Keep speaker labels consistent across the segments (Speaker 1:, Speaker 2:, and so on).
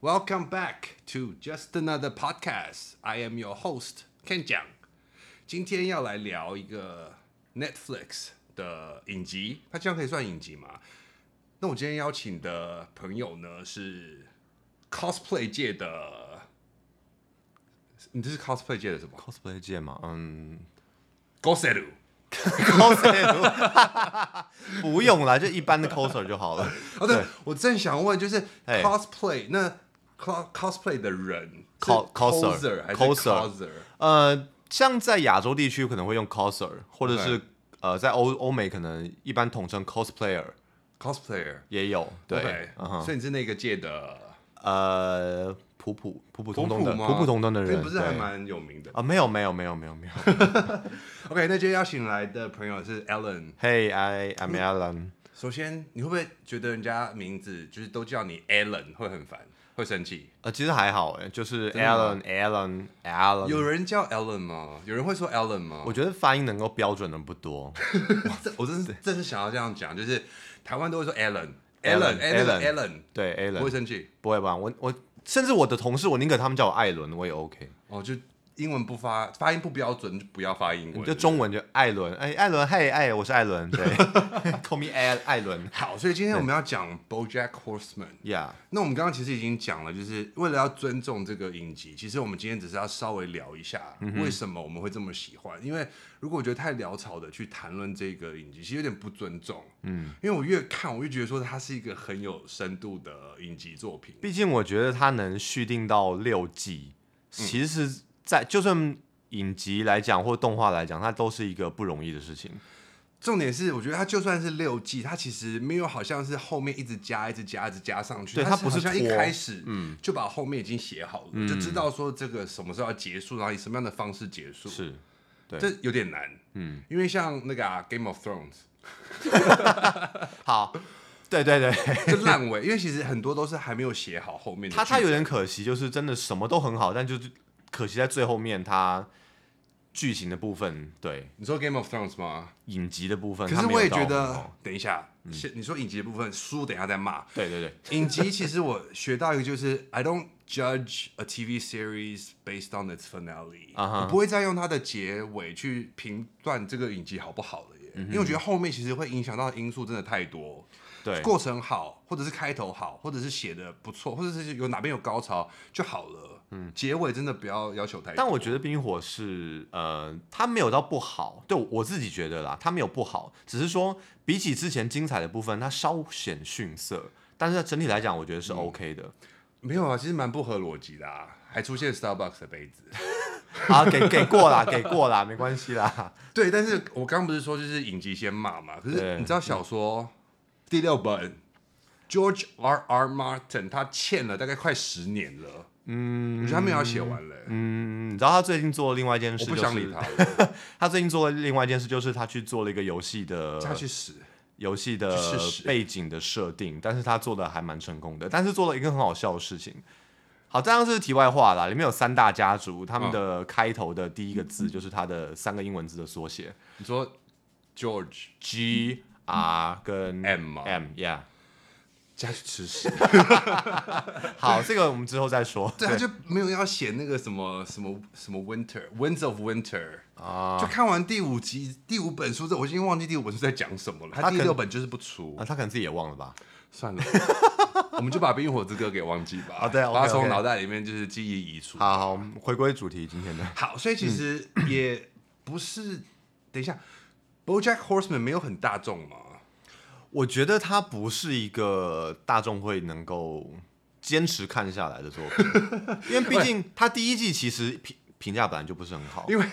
Speaker 1: Welcome back to Just Another Podcast. I am your host Ken 讲。今天要来聊一个 Netflix 的影集，它这样可以算影集吗？那我今天邀请的朋友呢是 cosplay 界的，你这是 cosplay 界的什么
Speaker 2: cosplay 界嘛，嗯，
Speaker 1: g o s e r u
Speaker 2: 不用啦，就一般的 coser 就好了。
Speaker 1: 哦，对，我正想问，就是
Speaker 2: 哎
Speaker 1: cosplay 那 cos cosplay 的人是
Speaker 2: Co- coser
Speaker 1: coser 还是
Speaker 2: coser
Speaker 1: coser？
Speaker 2: 呃，像在亚洲地区可能会用 coser，或者是
Speaker 1: OK
Speaker 2: 呃，在欧欧美可能一般统称 cosplayer
Speaker 1: cosplayer，
Speaker 2: 也有。对
Speaker 1: OK，
Speaker 2: 嗯哼
Speaker 1: 所以你是那个界的
Speaker 2: 呃，普普普普通通的
Speaker 1: 吗
Speaker 2: 普普通通的
Speaker 1: 所以
Speaker 2: 人，
Speaker 1: 不是还
Speaker 2: 对
Speaker 1: 蛮有名的。
Speaker 2: 啊？没有没有没有没有没 有。
Speaker 1: OK，那今天邀请来的朋友是 Alan。
Speaker 2: Hey，I am Alan。
Speaker 1: 首先，你会不会觉得人家名字就是都叫你 Alan 会很烦，会生气？
Speaker 2: 呃，其实还好哎，就是
Speaker 1: 真的吗
Speaker 2: Alan Alan Alan。
Speaker 1: 有人叫 Alan 吗？有人会说 Alan 吗？
Speaker 2: 我觉得发音能够标准的不多。
Speaker 1: 这我真是真是想要这样讲，就是台湾都会说哎
Speaker 2: Alan，
Speaker 1: Alan，Alan，Alan，Alan，
Speaker 2: 对
Speaker 1: 不会
Speaker 2: ，Alan
Speaker 1: 生气
Speaker 2: 不会吧？我我甚至我的同事，我宁可他们叫我艾伦，我也 OK。
Speaker 1: 哦，就。英文不发发音不标准，就不要发英文。
Speaker 2: 就中文就艾伦，哎，艾伦，嘿，哎，我是艾伦，对，call me 艾艾伦
Speaker 1: 好，所以今天我们要讲 BoJack Horseman。
Speaker 2: ，Yeah，
Speaker 1: 那我们刚刚其实已经讲了，就是为了要尊重这个影集，其实我们今天只是要稍微聊一下
Speaker 2: 嗯
Speaker 1: 为什么我们会这么喜欢。因为如果我觉得太潦草的去谈论这个影集，其实有点不尊重。嗯，因为我越看我越觉得说它是一个很有深度的影集作品。
Speaker 2: 毕竟我觉得他能续订到六季，
Speaker 1: 嗯
Speaker 2: 其实是在就算影集来讲或动画来讲，它都是一个不容易的事情。
Speaker 1: 重点是，我觉得它就算是六季，它其实没有好像是后面一直加、一直加、一直加上去。
Speaker 2: 对
Speaker 1: 它
Speaker 2: 它不是
Speaker 1: 好像一
Speaker 2: 拖嗯
Speaker 1: 开始就把后面已经写好了，就知道说这个什么时候要结束，然后以什么样的方式结束。
Speaker 2: 是，对
Speaker 1: 这有点难，嗯，因为像那个、啊《Game of Thrones
Speaker 2: 好，对 对对，》
Speaker 1: 就烂尾，因为其实很多都是还没有写好后面的剧
Speaker 2: 他
Speaker 1: 情。
Speaker 2: 他有点可惜，就是真的什么都很好，但就是可惜在最后面他剧情的部分，对
Speaker 1: 你说《Game of Thrones》吗？
Speaker 2: 影集的部分，
Speaker 1: 可
Speaker 2: 它
Speaker 1: 是
Speaker 2: 嗯没
Speaker 1: 我也
Speaker 2: 有到
Speaker 1: 觉
Speaker 2: 很好嗯
Speaker 1: 得，等一下，先你说影集的部分，书等一下再骂。
Speaker 2: 对对对，
Speaker 1: 影集其实我学到一个就是 I don't judge a TV series based on its finale，、
Speaker 2: 啊哈
Speaker 1: 我不会再用它的结尾去评断这个影集好不好了
Speaker 2: 嗯
Speaker 1: 耶，因为我觉得后面其实会影响到的因素真的太多。
Speaker 2: 对，
Speaker 1: 过程好，或者是开头好，或者是写的不错，或者是有哪边有高潮就好了。嗯，结尾真的不要要求太多。
Speaker 2: 但我觉得《冰与火》是呃，它没有到不好，对我自己觉得啦，它没有不好，只是说比起之前精彩的部分，它稍显逊色。但是整体来讲，我
Speaker 1: 嗯
Speaker 2: 觉得是 OK 的、
Speaker 1: 没有啊，其实蛮不合逻辑的、啊，还出现 Starbucks 的杯子。
Speaker 2: 啊，给给过啦，给过啦，没关系啦。
Speaker 1: 对，但是我刚刚不是说就是影集先骂嘛？可是
Speaker 2: 对
Speaker 1: 你知道小说第六本 George R R Martin 他欠了大概快十年了，嗯，我觉得他们也要写完了、
Speaker 2: 嗯，你知道他最近做了另外一件
Speaker 1: 我
Speaker 2: 事，
Speaker 1: 不
Speaker 2: 就
Speaker 1: 想理
Speaker 2: 是
Speaker 1: 他了，
Speaker 2: 他最近做了另外一件事，就是他去做了一个游戏的
Speaker 1: 他去死。
Speaker 2: 游戏的
Speaker 1: 去试试
Speaker 2: 背景的设定，但是他做的还蛮成功的，但是做了一个很好笑的事情。好，这样是题外话啦。里面有三大家族，他们的开头的第一个字就是它的三个英文字的缩写
Speaker 1: 你说 George
Speaker 2: ，G、R 啊跟
Speaker 1: M 吗
Speaker 2: M，Yeah。
Speaker 1: 家去吃屎。
Speaker 2: 好，这个我们之后再说。
Speaker 1: 对，他就没有要写那个什么什么什么 winter winds of winter
Speaker 2: 啊
Speaker 1: 就看完第五集第五本书之后，我已经忘记第五本书在讲什么了。他
Speaker 2: 他
Speaker 1: 第
Speaker 2: 可
Speaker 1: 六本就是不出
Speaker 2: 啊，，他可能自己也忘了吧。
Speaker 1: 算了， 我们就把《冰与火之歌》给忘记吧。
Speaker 2: 啊对
Speaker 1: 把它
Speaker 2: OK，OK
Speaker 1: 从脑袋里面就是记忆移除。
Speaker 2: 好，好，我嗯们回归主题，今天的
Speaker 1: 好，所以其实也不是，等一下，BoJack Horseman 没有很大众嘛，
Speaker 2: 哦我觉得它不是一个大众会能够坚持看下来的作 品，因为毕竟它第一季其实评评价本来就不是很好。
Speaker 1: 因为。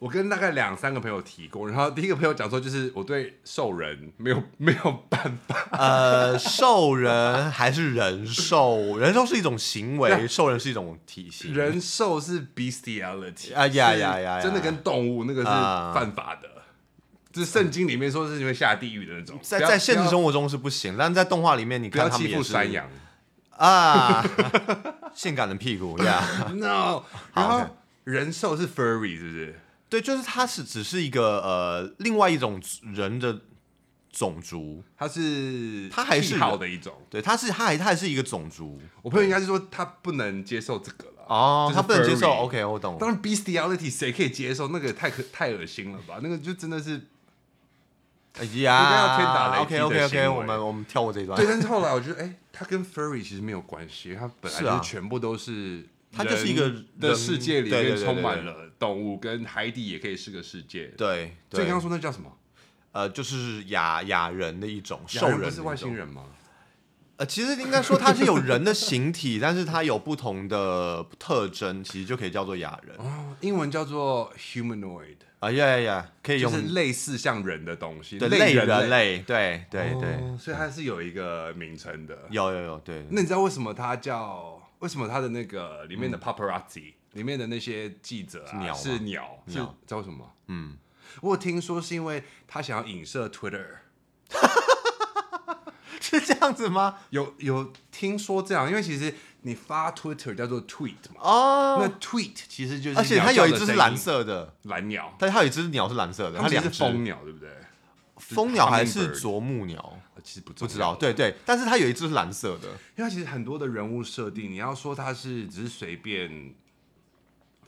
Speaker 1: 我跟大概两三个朋友提过，然后第一个朋友讲说，就是我对兽人没有没有办法，
Speaker 2: 呃，兽人还是人兽？人兽是一种行为，兽啊人是一种体型。
Speaker 1: 人兽是 bestiality
Speaker 2: 啊呀
Speaker 1: 是
Speaker 2: 呀呀呀
Speaker 1: 真的跟动物那个是
Speaker 2: 啊
Speaker 1: 犯法的，就是圣经里面说是你会下地狱的那种。
Speaker 2: 在
Speaker 1: 不要
Speaker 2: 在现实，生活中是不行，但在动画里面，你
Speaker 1: 不要不
Speaker 2: 看他
Speaker 1: 要
Speaker 2: 们
Speaker 1: 欺负
Speaker 2: 也是
Speaker 1: 山 羊。
Speaker 2: 啊， 性感的屁股呀。
Speaker 1: no，然
Speaker 2: 好
Speaker 1: 后
Speaker 2: OK
Speaker 1: 人兽是 furry 是不是？
Speaker 2: 对，就是它是只是一个呃，另外一种人的种族，
Speaker 1: 它是
Speaker 2: 它还是
Speaker 1: 癖好的一种。
Speaker 2: 对，它是它还它还是一个种族
Speaker 1: 我朋友应该是说他不能接受这个了。
Speaker 2: 哦
Speaker 1: 就是
Speaker 2: 它不能接受。
Speaker 1: furry
Speaker 2: OK，我懂。
Speaker 1: 当然，bestiality 谁可以接受？那个太可太恶心了吧？那个就真的是
Speaker 2: 哎
Speaker 1: 要天打
Speaker 2: 呀
Speaker 1: 雷
Speaker 2: ，OK
Speaker 1: 劈
Speaker 2: OK
Speaker 1: 的
Speaker 2: OK，
Speaker 1: 行为
Speaker 2: 我们我们跳过这一 段
Speaker 1: 对。。但是后来我觉得，哎、它跟 furry 其实没有关系，因为它本来
Speaker 2: 是啊
Speaker 1: 就是全部都是。
Speaker 2: 它就是一个
Speaker 1: 的
Speaker 2: 人
Speaker 1: 世界里
Speaker 2: 对对
Speaker 1: 面
Speaker 2: 对对
Speaker 1: 充满了动物，跟海底也可以是个世界。
Speaker 2: 对
Speaker 1: 所以
Speaker 2: 对
Speaker 1: 刚，刚说那叫什么？
Speaker 2: 呃，就是亚亚人的一种兽
Speaker 1: 兽
Speaker 2: 人
Speaker 1: 人不
Speaker 2: 的
Speaker 1: 是
Speaker 2: 一
Speaker 1: 外
Speaker 2: 种
Speaker 1: 星人吗？
Speaker 2: 呃，其实应该说它是有人的形体， 但是它有不同的特征，其实就可以叫做亚人。
Speaker 1: 哦，英文叫做 humanoid，
Speaker 2: 啊呀呀呀，可以
Speaker 1: 就
Speaker 2: 用
Speaker 1: 是类似像人的东西，
Speaker 2: 对
Speaker 1: 类
Speaker 2: 类人
Speaker 1: 人类。
Speaker 2: 类，对对对，
Speaker 1: 哦所以它是有一个名称的。
Speaker 2: 有有有，对，
Speaker 1: 那你知道为什么它叫？为什么它的那个里面的 paparazzi、里面的那些记者
Speaker 2: 嗯是
Speaker 1: 啊
Speaker 2: 鸟吗
Speaker 1: 是鸟，是
Speaker 2: 鸟
Speaker 1: 知道为什么吗？
Speaker 2: 嗯，
Speaker 1: 我有听说是因为他想要影射 Twitter，
Speaker 2: 是这样子吗？
Speaker 1: 有有听说这样，因为其实你发 Twitter 叫做 tweet 嘛，那
Speaker 2: 哦，
Speaker 1: tweet 其实就是
Speaker 2: 而且
Speaker 1: 鸟
Speaker 2: 它
Speaker 1: 叫
Speaker 2: 有一
Speaker 1: 的
Speaker 2: 只是
Speaker 1: 声
Speaker 2: 蓝
Speaker 1: 音
Speaker 2: 色的，
Speaker 1: 蓝鸟，
Speaker 2: 但是它有一只鸟是蓝色的，
Speaker 1: 它
Speaker 2: 它
Speaker 1: 们其
Speaker 2: 两
Speaker 1: 实
Speaker 2: 只
Speaker 1: 是蜂鸟，对不对？
Speaker 2: 蜂鸟还是
Speaker 1: hummingbird
Speaker 2: 啄木鸟？
Speaker 1: 呃其实不
Speaker 2: 不
Speaker 1: 重
Speaker 2: 知
Speaker 1: 要
Speaker 2: 道，对对，但是它有一只是蓝色的，
Speaker 1: 因为它其实很多的人物设定，你要说它是只是随便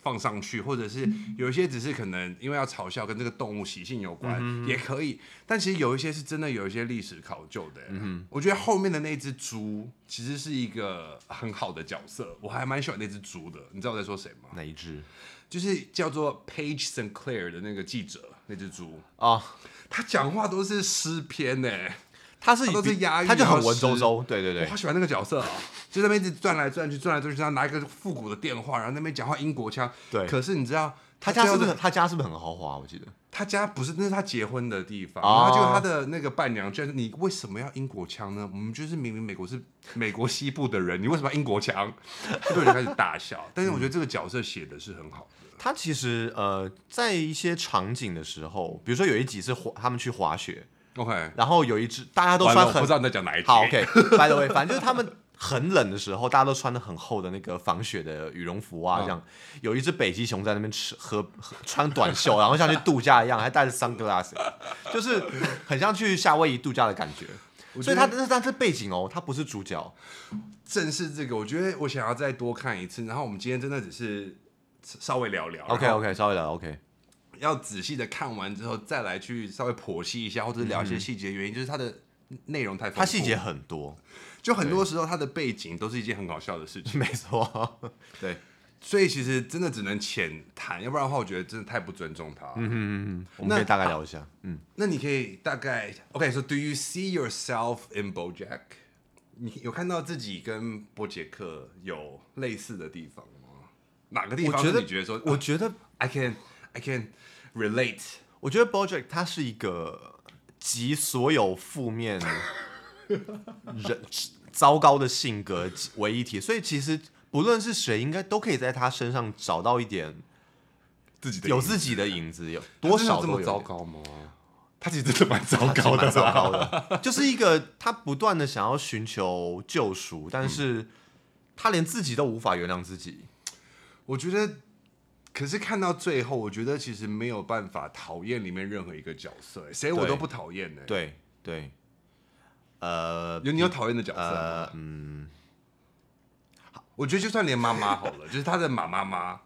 Speaker 1: 放上去，或者是有一些只是可能因为要嘲笑跟这个动物习性有关、也可以，但其实有一些是真的有一些历史考究的。我觉得后面的那只猪其实是一个很好的角色，我还蛮喜欢那只猪的。你知道我在说谁吗？
Speaker 2: 哪一只？
Speaker 1: 就是叫做 Page Sinclair 的那个记者，那只猪，
Speaker 2: 哦，
Speaker 1: 他讲话都是诗篇欸呢、
Speaker 2: 它是
Speaker 1: 它都是啊
Speaker 2: 比
Speaker 1: 押韵
Speaker 2: 它就
Speaker 1: 然
Speaker 2: 很
Speaker 1: 后
Speaker 2: 文绉
Speaker 1: 湿
Speaker 2: 绉，对对
Speaker 1: 我
Speaker 2: 对
Speaker 1: 好，喜欢那个角色啊、就在那边一直转来转去，转来转去，然后拿一个复古的电话，然后那边讲话英国腔。
Speaker 2: 对
Speaker 1: 可是你知道
Speaker 2: 他家是不
Speaker 1: 最
Speaker 2: 是
Speaker 1: 后
Speaker 2: 他家是不是很豪华？我记得
Speaker 1: 他家不是那是他结婚的地方，
Speaker 2: 哦
Speaker 1: 然后结果他的那个伴娘居然说：“你为什么要英国腔呢？我们就是明明美国是美国西部的人，你为什么要英国腔？”这个人开始大笑。但是我觉得这个角色写的是很好的。
Speaker 2: 他其实呃，在一些场景的时候，比如说有一集是滑他们去滑雪，
Speaker 1: OK，
Speaker 2: 然后有一只大家都
Speaker 1: 完了
Speaker 2: 穿
Speaker 1: 我不
Speaker 2: 很
Speaker 1: 知道你在讲哪一集。
Speaker 2: 好 OK，by、the way，反正就是他们很冷的时候，大家都穿的很厚的那个防雪的羽绒服啊，这样有一只北极熊在那边吃喝喝穿短袖，然后像去度假一样，还戴着 sunglass，就是很像去夏威夷度假的感觉。所以他但是但是背景哦，他不是主角，
Speaker 1: 正是这个，我觉得我想要再多看一次。然后我们今天真的只是稍微聊聊。然后
Speaker 2: OK OK，稍微聊 OK，
Speaker 1: 要仔细的看完之后，再来去稍微剖析一下，或者是聊一些细节。原因、就是它的内容太丰富，
Speaker 2: 他嗯细节很多，
Speaker 1: 就很多时候它的背景都是一件很搞笑的事情，
Speaker 2: 没错，对，
Speaker 1: 所以其实真的只能浅谈，要不然的话，我觉得真的太不尊重他。嗯、
Speaker 2: 嗯嗯嗯，我们可以大概聊一下，嗯。
Speaker 1: 那你可以大概 OK 说、so、Do you see yourself in BoJack？你有看到自己跟波杰克有类似的地方吗？哪个地方
Speaker 2: 我觉得
Speaker 1: 是你觉得说
Speaker 2: 我觉得，
Speaker 1: I can I can relate？
Speaker 2: 我觉得 BoJack 他是一个集所有负面人 糟糕的性格为一体，所以其实不论是谁，应该都可以在他身上找到一点
Speaker 1: 自己的
Speaker 2: 有
Speaker 1: 影
Speaker 2: 自己的影子，有多少
Speaker 1: 这
Speaker 2: 都有
Speaker 1: 么
Speaker 2: 一
Speaker 1: 糟
Speaker 2: 点。
Speaker 1: 糕吗？他其实真的蛮糟
Speaker 2: 他其实
Speaker 1: 糕的
Speaker 2: 蛮
Speaker 1: 啦，
Speaker 2: 糟糕 的，就是一个他不断的想要寻求救赎，但是他连自己都无法原谅自己。
Speaker 1: 我觉得，可是看到最后，我觉得其实没有办法讨厌里面任何一个角色、欸谁我
Speaker 2: 对
Speaker 1: 都不讨厌呢。
Speaker 2: 对对，呃，
Speaker 1: 有你有讨厌的角色吗？
Speaker 2: 呃，嗯，
Speaker 1: 我觉得就算连妈妈好 了，就是他的马妈妈，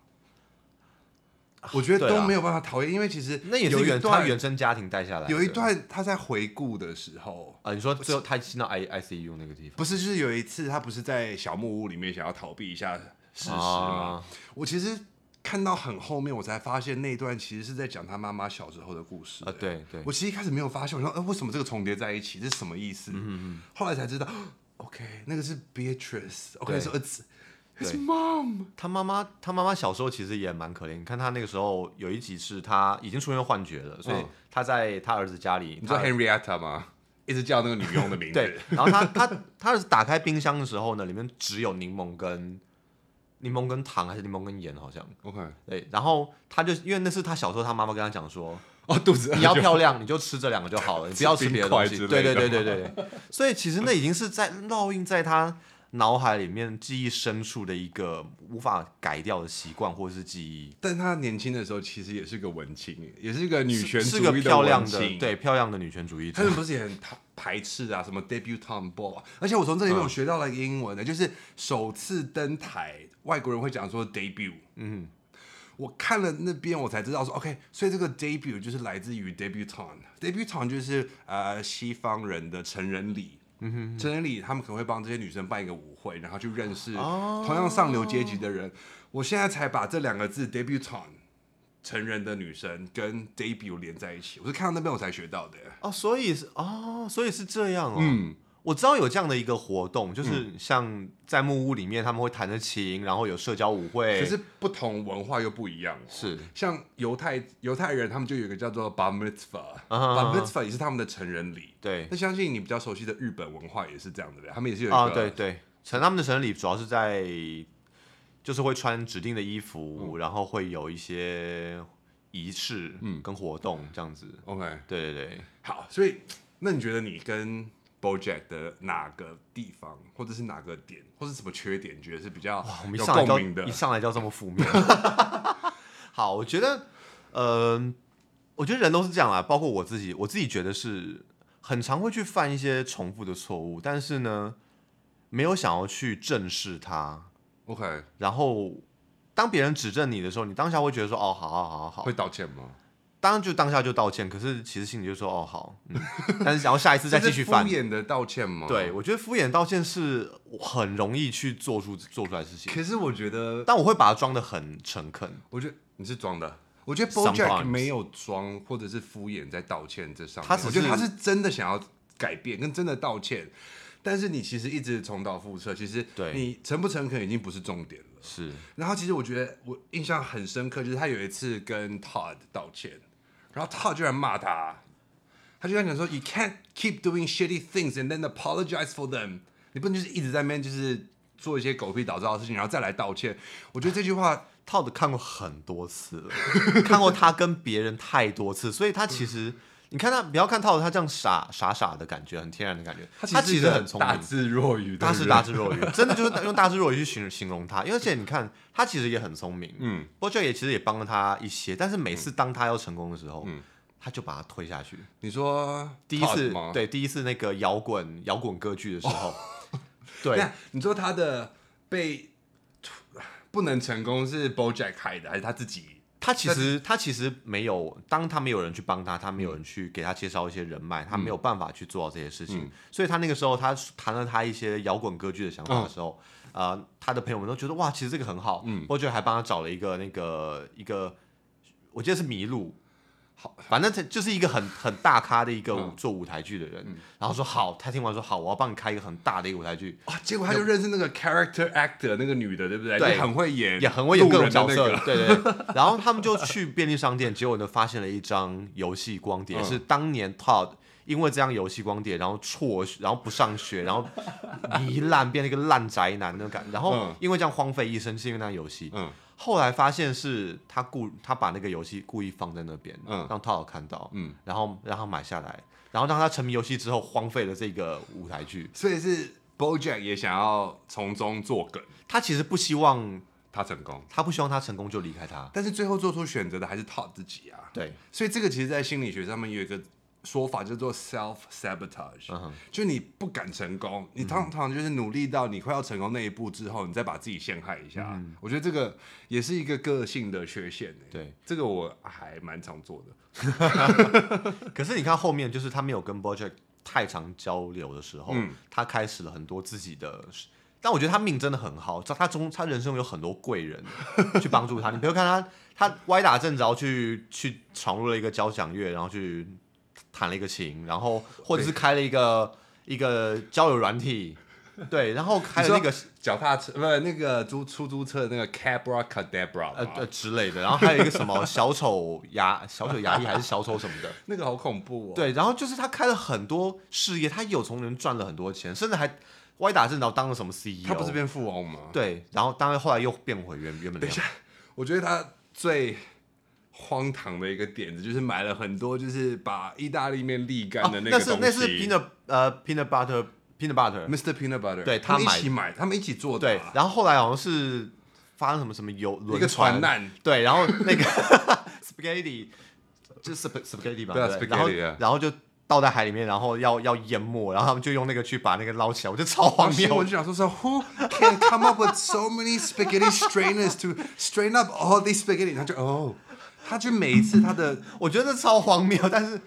Speaker 1: 我觉得
Speaker 2: 啊对
Speaker 1: 都
Speaker 2: 啊
Speaker 1: 没有办法讨厌，因为其实
Speaker 2: 那也是
Speaker 1: 有一
Speaker 2: 原他
Speaker 1: 段
Speaker 2: 原生家庭带下来的。
Speaker 1: 有一段他在回顾的时候。
Speaker 2: 啊，你说最后他进到 I I C U 那个地方
Speaker 1: 不是，就是有一次他不是在小木屋里面想要逃避一下事实吗？
Speaker 2: 啊
Speaker 1: 我其实看到很后面，我才发现那一段其实是在讲他妈妈小时候的故事、
Speaker 2: 啊，对对
Speaker 1: 我，其实一开始没有发现，我说，哎、为什么这个重叠在一起？这是什么意
Speaker 2: 嗯
Speaker 1: 思？后来才知道，OK，那哦个是 Beatrice。OK，
Speaker 2: 对
Speaker 1: 说 it's it's
Speaker 2: 对
Speaker 1: mom。
Speaker 2: 他妈妈他妈妈小时候其实也蛮可怜，你看他那个时候有一集是他已经出现幻觉了，所以
Speaker 1: 嗯
Speaker 2: 他在他儿子家里，
Speaker 1: 你知
Speaker 2: 他
Speaker 1: 道
Speaker 2: 儿
Speaker 1: Henrietta 吗？一直叫那个女佣的名字。
Speaker 2: 对，然后他他他儿子打开冰箱的时候呢，里面只有柠檬跟柠檬跟糖还是柠檬跟盐好像，
Speaker 1: ，OK，
Speaker 2: 对，然后他就因为那是他小时候他妈妈跟他讲说，
Speaker 1: 哦， 肚子饿
Speaker 2: 你要
Speaker 1: 就
Speaker 2: 漂亮，你就吃这两个就好了，你不要吃别的东西。
Speaker 1: 冰块之
Speaker 2: 对
Speaker 1: 类的
Speaker 2: 对对对对对，所以其实那已经是在烙印在他脑海里面记忆深处的一个无法改掉的习惯或者是记忆。
Speaker 1: 但她年轻的时候其实也是个文青，也是个女权
Speaker 2: 是
Speaker 1: 主
Speaker 2: 个
Speaker 1: 义
Speaker 2: 漂亮
Speaker 1: 文
Speaker 2: 的
Speaker 1: 青，，
Speaker 2: 对漂亮的女权主义
Speaker 1: 他
Speaker 2: 者
Speaker 1: 们不是也很排 排斥啊，什么 debutante ball，啊而且我从这里面我学到了一个英文的，就是首次登台，外国人会讲说 debut。嗯，我看了那边我才知道说，OK，所以这个 debut 就是来自于 debutante，debutante 就是呃西方人的成人礼。嗯哼，成人礼他们可能会帮这些女生办一个舞会，然后去认识同样上流阶级的人。我现在才把这两个字 debutante 成人的女生跟 debut 连在一起，我是看到那边我才学到的。
Speaker 2: 哦，所以是哦，所以是这样哦。嗯，我知道有这样的一个活动，
Speaker 1: 嗯
Speaker 2: 就是像在木屋里面他们会弹着琴，然后有社交舞会。
Speaker 1: 可是不同文化又不一样、哦。
Speaker 2: 是
Speaker 1: 像犹太犹太人，他们就有一个叫做 bar mitzvah，bar、
Speaker 2: 啊哈
Speaker 1: mitzvah 也是他们的成人礼。
Speaker 2: 对
Speaker 1: 那相信你比较熟悉的日本文化也是这样的，他们也是有一个、
Speaker 2: 啊，对对，成他们的成人礼主要是在就是会穿指定的衣
Speaker 1: 嗯
Speaker 2: 服，然后会有一些仪式
Speaker 1: 嗯
Speaker 2: 跟活动这样子。
Speaker 1: OK，
Speaker 2: 对对对，
Speaker 1: 好，所以那你觉得你跟 BoJack 的哪个地方，或者是哪个点，或是什么缺点，你觉得是比较
Speaker 2: 我们一
Speaker 1: 有
Speaker 2: 上来
Speaker 1: 共
Speaker 2: 就
Speaker 1: 鸣的
Speaker 2: 一？上来就要这么负 面。好，我觉得，嗯、我觉得人都是这样啦，包括我自己，我自己觉得是很常会去犯一些重复的错误，但是呢，没有想要去正视它，
Speaker 1: OK，
Speaker 2: 然后。当别人指正你的时候，你当下会觉得说：“哦，好好好好好。
Speaker 1: 会道歉吗？”
Speaker 2: 当然就当下就道歉，可是其实心里就说：“哦，好。嗯”但是想要下一次再
Speaker 1: 这
Speaker 2: 继
Speaker 1: 是
Speaker 2: 续
Speaker 1: 敷
Speaker 2: 犯。
Speaker 1: 衍的道歉吗？
Speaker 2: 对，。我觉得敷衍道歉是很容易去做出做出来的事情，
Speaker 1: 可是我觉得
Speaker 2: 但我会把它装的很诚恳。
Speaker 1: 我觉得你是装的。我觉得
Speaker 2: Sometimes
Speaker 1: BoJack 没有装，或者是敷衍在道歉这上面。
Speaker 2: 他只是
Speaker 1: 我觉得他是真的想要改变，跟真的道歉。但是你其实一直重蹈覆辙，其实
Speaker 2: 对
Speaker 1: 你诚不诚恳已经不是重点了。
Speaker 2: 是
Speaker 1: 然后其实我觉得我印象很深刻，就是他有一次跟 Todd 道歉，然后 Todd 居然骂他，他就在讲说 You can't keep doing shitty things and then apologize for them，你不能就是一直在那边就是做一些狗屁倒灶的事情，然后再来道歉。我觉得这句话
Speaker 2: 套的看过很多次了， 看过他跟别人太多次，所以他其实你看他，不要看套的他这样傻傻傻的感觉，很天然的感觉，他其
Speaker 1: 是一
Speaker 2: 实
Speaker 1: 个
Speaker 2: 很聪
Speaker 1: 大
Speaker 2: 明，
Speaker 1: 智若愚，
Speaker 2: 他是
Speaker 1: 对不对
Speaker 2: 大智若愚，真的就是用大智若愚去形形容他，因为而且你看他其实也很聪明，
Speaker 1: 嗯
Speaker 2: 嗯，b o j 也其实也帮了他一些，但是每次当他要成功的时候，
Speaker 1: 嗯
Speaker 2: 他就把他推下去。
Speaker 1: 你说
Speaker 2: 第一
Speaker 1: Todd
Speaker 2: 次
Speaker 1: 吗？哦
Speaker 2: 对第一次那个摇滚摇滚歌剧的时候，
Speaker 1: 对
Speaker 2: 对，
Speaker 1: 你说他的被不能成功是 BoJack 害的，还是他自己？
Speaker 2: 他其实他其实没有，当他没有人去帮他，他没有人去给他介绍一些人脉，他没有办法去做到这些事情。所以他那个时候，他谈了他一些摇滚歌剧的想法的时候，呃，他的朋友们都觉得哇，其实这个很好。嗯，我觉得还帮他找了一个那个一个，我记得是麋鹿。好，嗯反正他就是一个很很大咖的一个舞做舞台剧的人，然后说好，他听完说好，我要帮你开一个很大的一个舞台剧，
Speaker 1: 哇！哦结果他就认识那个 character actor 那个女的，对不对？
Speaker 2: 对
Speaker 1: 就很会演，
Speaker 2: 也很会演各
Speaker 1: 路
Speaker 2: 种
Speaker 1: 人的那
Speaker 2: 角色，
Speaker 1: 个。
Speaker 2: 对对对。然后他们就去便利商店，结果呢发现了一张游戏光碟，
Speaker 1: 嗯
Speaker 2: 是当年 Todd 因为这张游戏光碟，然后辍学，然后不上学，然后糜烂，变成一个烂宅男那种感觉。然后
Speaker 1: 嗯
Speaker 2: 因为这样荒废一生，是因为那游戏。
Speaker 1: 嗯
Speaker 2: 后来发现是他故他把那个游戏故意放在那边，
Speaker 1: 嗯
Speaker 2: 让 Todd 看到，
Speaker 1: 嗯，
Speaker 2: 然后让他买下来，然后让他沉迷游戏之后荒废了这个舞台剧。
Speaker 1: 所以是 BoJack 也想要从中作梗，
Speaker 2: 他其实不希望
Speaker 1: 他成功，
Speaker 2: 他不希望他成功就离开他，
Speaker 1: 但是最后做出选择的还是 Todd 自己啊。
Speaker 2: 对，
Speaker 1: 所以这个其实，在心理学上面有一个说法叫做 self sabotage，、就
Speaker 2: 嗯
Speaker 1: 你不敢成功，你常常就是努力到你快要成功那一步之后，你再把自己陷害一下。我觉得这个也是一个个性的缺陷、欸、
Speaker 2: 嗯对，
Speaker 1: 这个我还蛮常做的。
Speaker 2: 可是你看后面，就是他没有跟 BoJack 太常交流的时候，
Speaker 1: 嗯
Speaker 2: 他开始了很多自己的。但我觉得他命真的很好，他他中他人生有很多贵人 去帮助他。你不要看他，他歪打正着去去闯入了一个交响乐，然后去弹了一个琴，然后或者是开了一个一个交友软体，对，然后开了那个
Speaker 1: 脚踏车不是那个租出租车的那个 Cabra Cadabra，、
Speaker 2: 呃呃之类的，然后还有一个什么小丑牙小丑牙医还是小丑什么的，
Speaker 1: 那个好恐怖哦。
Speaker 2: 对，然后就是他开了很多事业，他有从人赚了很多钱，甚至还歪打正着当了什么 CEO。
Speaker 1: 他不是变富翁吗？
Speaker 2: 对，然后当然后来又变回原原本的样子。
Speaker 1: 我觉得他最荒唐的一个点子就是买了很多，就是把意大利面沥干
Speaker 2: 啊
Speaker 1: 的，
Speaker 2: 哦那
Speaker 1: 个东
Speaker 2: 是
Speaker 1: 西。
Speaker 2: 那是 peanut 呃 peanut butter Peanut Butter，
Speaker 1: Mr. Peanut Butter，
Speaker 2: 对
Speaker 1: 他们
Speaker 2: 他买
Speaker 1: 一起买，他们一起做的
Speaker 2: 对
Speaker 1: 啊、，
Speaker 2: 然后后来好像是发生什么什么游轮
Speaker 1: 一个船
Speaker 2: 船
Speaker 1: 难，
Speaker 2: 对，然后那个 spaghetti 就是 sp spaghetti 吧，
Speaker 1: 对啊
Speaker 2: 对
Speaker 1: spaghetti 啊
Speaker 2: 然后然后就倒在海里面，然后要要淹没，然后他们就用那个去把那个捞起来，我就超
Speaker 1: 然
Speaker 2: 荒
Speaker 1: 后新
Speaker 2: 谬
Speaker 1: 闻。就想说说 Who can come up with so many spaghetti strainers to strain up all these spaghetti？他就哦，他就每一次他的，
Speaker 2: 我觉得这超荒谬，但是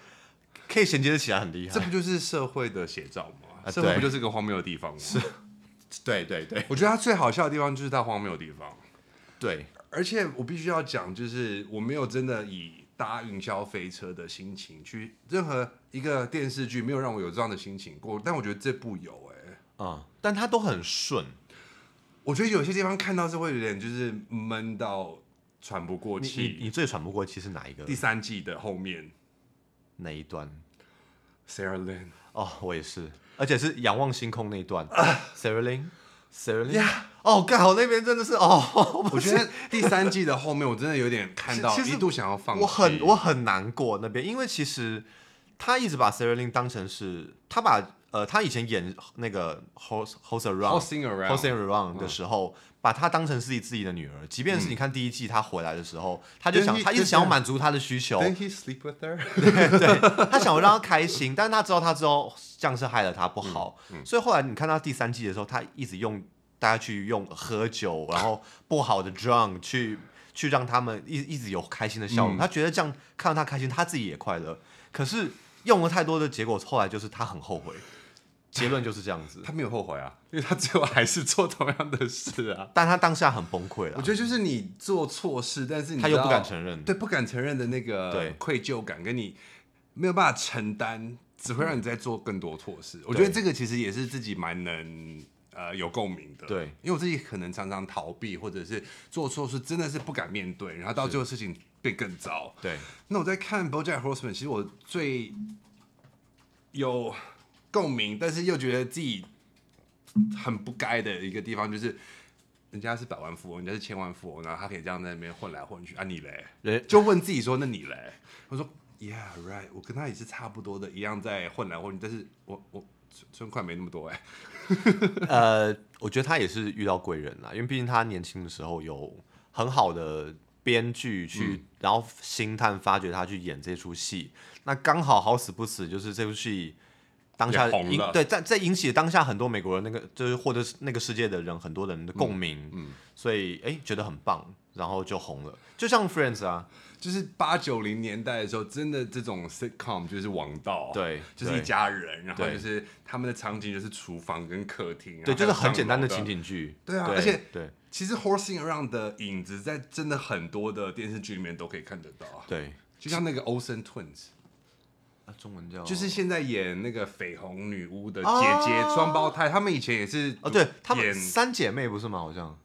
Speaker 2: 可以衔接的起来很厉
Speaker 1: 这
Speaker 2: 害。
Speaker 1: 不就是社会的写照吗？
Speaker 2: 啊
Speaker 1: 社会
Speaker 2: 对
Speaker 1: 不就是个荒谬的地方吗？是，
Speaker 2: 对对对
Speaker 1: 我觉得他最好笑的地方就是他荒谬的地方。
Speaker 2: 对，
Speaker 1: 而且我必须要讲，就是我没有真的以搭云霄飞车的心情去任何一个电视剧，没有让我有这样的心情过。但我觉得这部有哎、
Speaker 2: 嗯，但它都很顺。
Speaker 1: 我觉得有些地方看到是会有点就是闷到喘不过
Speaker 2: 你你
Speaker 1: 气。
Speaker 2: 你最喘不过气是哪一个
Speaker 1: 第？三季的后面
Speaker 2: 哪一段？
Speaker 1: ，Sarah Lynn，
Speaker 2: 哦，我也是，而且是仰望星空那一段。s a r a l i n s a r a l i n
Speaker 1: Yeah
Speaker 2: 啊哦，刚好那边真的是哦，
Speaker 1: 我觉得第三季的后面我真的有点看 到，
Speaker 2: 其实
Speaker 1: 一度想要放弃。
Speaker 2: 我很我很难过那边，因为其实他一直把 s e r e l i n 当成是他把呃他以前演那个 Horse Horse
Speaker 1: all
Speaker 2: Around 嗯
Speaker 1: sing around，
Speaker 2: Horse and Around 的时候，把她当成是自己的女儿，即便是你看第一季她回来的时候，她就想
Speaker 1: Then he-
Speaker 2: 她一直想要满足她的需求，
Speaker 1: Then he sleep with her 。
Speaker 2: 对，他想要让她开心，但是他知道他之后这样是害了她不好，
Speaker 1: 嗯
Speaker 2: 所以后来你看到第三季的时候，他一直用大家去用喝酒，然后不好的 drunk 去去让他们一一直有开心的笑
Speaker 1: 嗯
Speaker 2: 容，他觉得这样看到他开心，他自己也快乐，可是用了太多的结果，后来就是他很后悔，结论就是这样子，
Speaker 1: 他没有后悔啊，因为他最后还是做同样的事啊。
Speaker 2: 但他当下很崩溃了
Speaker 1: 我，觉得就是你做错事，但是你
Speaker 2: 他又
Speaker 1: 知道
Speaker 2: 不敢承认，
Speaker 1: 对不敢承认的那个
Speaker 2: 嗯对
Speaker 1: 愧疚感，跟你没有办法承担，只会让你再做更多错事。我觉得这个其实也是自己蛮能呃有共鸣的，
Speaker 2: 对，
Speaker 1: 因为我自己可能常常逃避，或者是做错事，真的是不敢面对，然后到最后事情变更糟。
Speaker 2: 对，
Speaker 1: 那我在看《BoJack Horseman》，其实我最有共鸣，但是又觉得自己很不该的一个地方，就是人家是百万富翁，人家是千万富翁，然后他可以这样在那边混来混去啊，你嘞？
Speaker 2: 人
Speaker 1: 就问自己说，那你嘞？我说，Yeah right，我跟他也是差不多的，一样在混来混去，但是我我存存款没那么多哎、
Speaker 2: 呃，我觉得他也是遇到贵人啦，因为毕竟他年轻的时候有很好的编剧去，
Speaker 1: 嗯
Speaker 2: 然后星探发掘他去演这出戏，那刚好好死不死就是这出戏。当下
Speaker 1: 也红
Speaker 2: 引
Speaker 1: 了
Speaker 2: 对在在引起当下很多美国人那个就是或者是那个世界的人很多人的
Speaker 1: 嗯
Speaker 2: 共鸣，所以哎觉得很棒，然后就红了，就像 Friends 啊，
Speaker 1: 就是八九零年代的时候，真的这种 sitcom 就是王道，
Speaker 2: 对
Speaker 1: 哦就是一
Speaker 2: 对
Speaker 1: 家人，然后
Speaker 2: 对
Speaker 1: 就是他们的场景就是厨房跟客厅，
Speaker 2: 对，就是很简单的情
Speaker 1: 景。
Speaker 2: 景剧，
Speaker 1: 对啊而且
Speaker 2: 对
Speaker 1: 其实 horsing around 的影子在真的很多的电视剧里面都可以看得到啊，
Speaker 2: 对，
Speaker 1: 就像那个 Olsen Twins，
Speaker 2: 啊中文叫
Speaker 1: 就是现在演那个绯红女巫的姐姐双胞胎，他们以前也是
Speaker 2: 哦对，她们
Speaker 1: 演
Speaker 2: 三姐妹不是吗？好像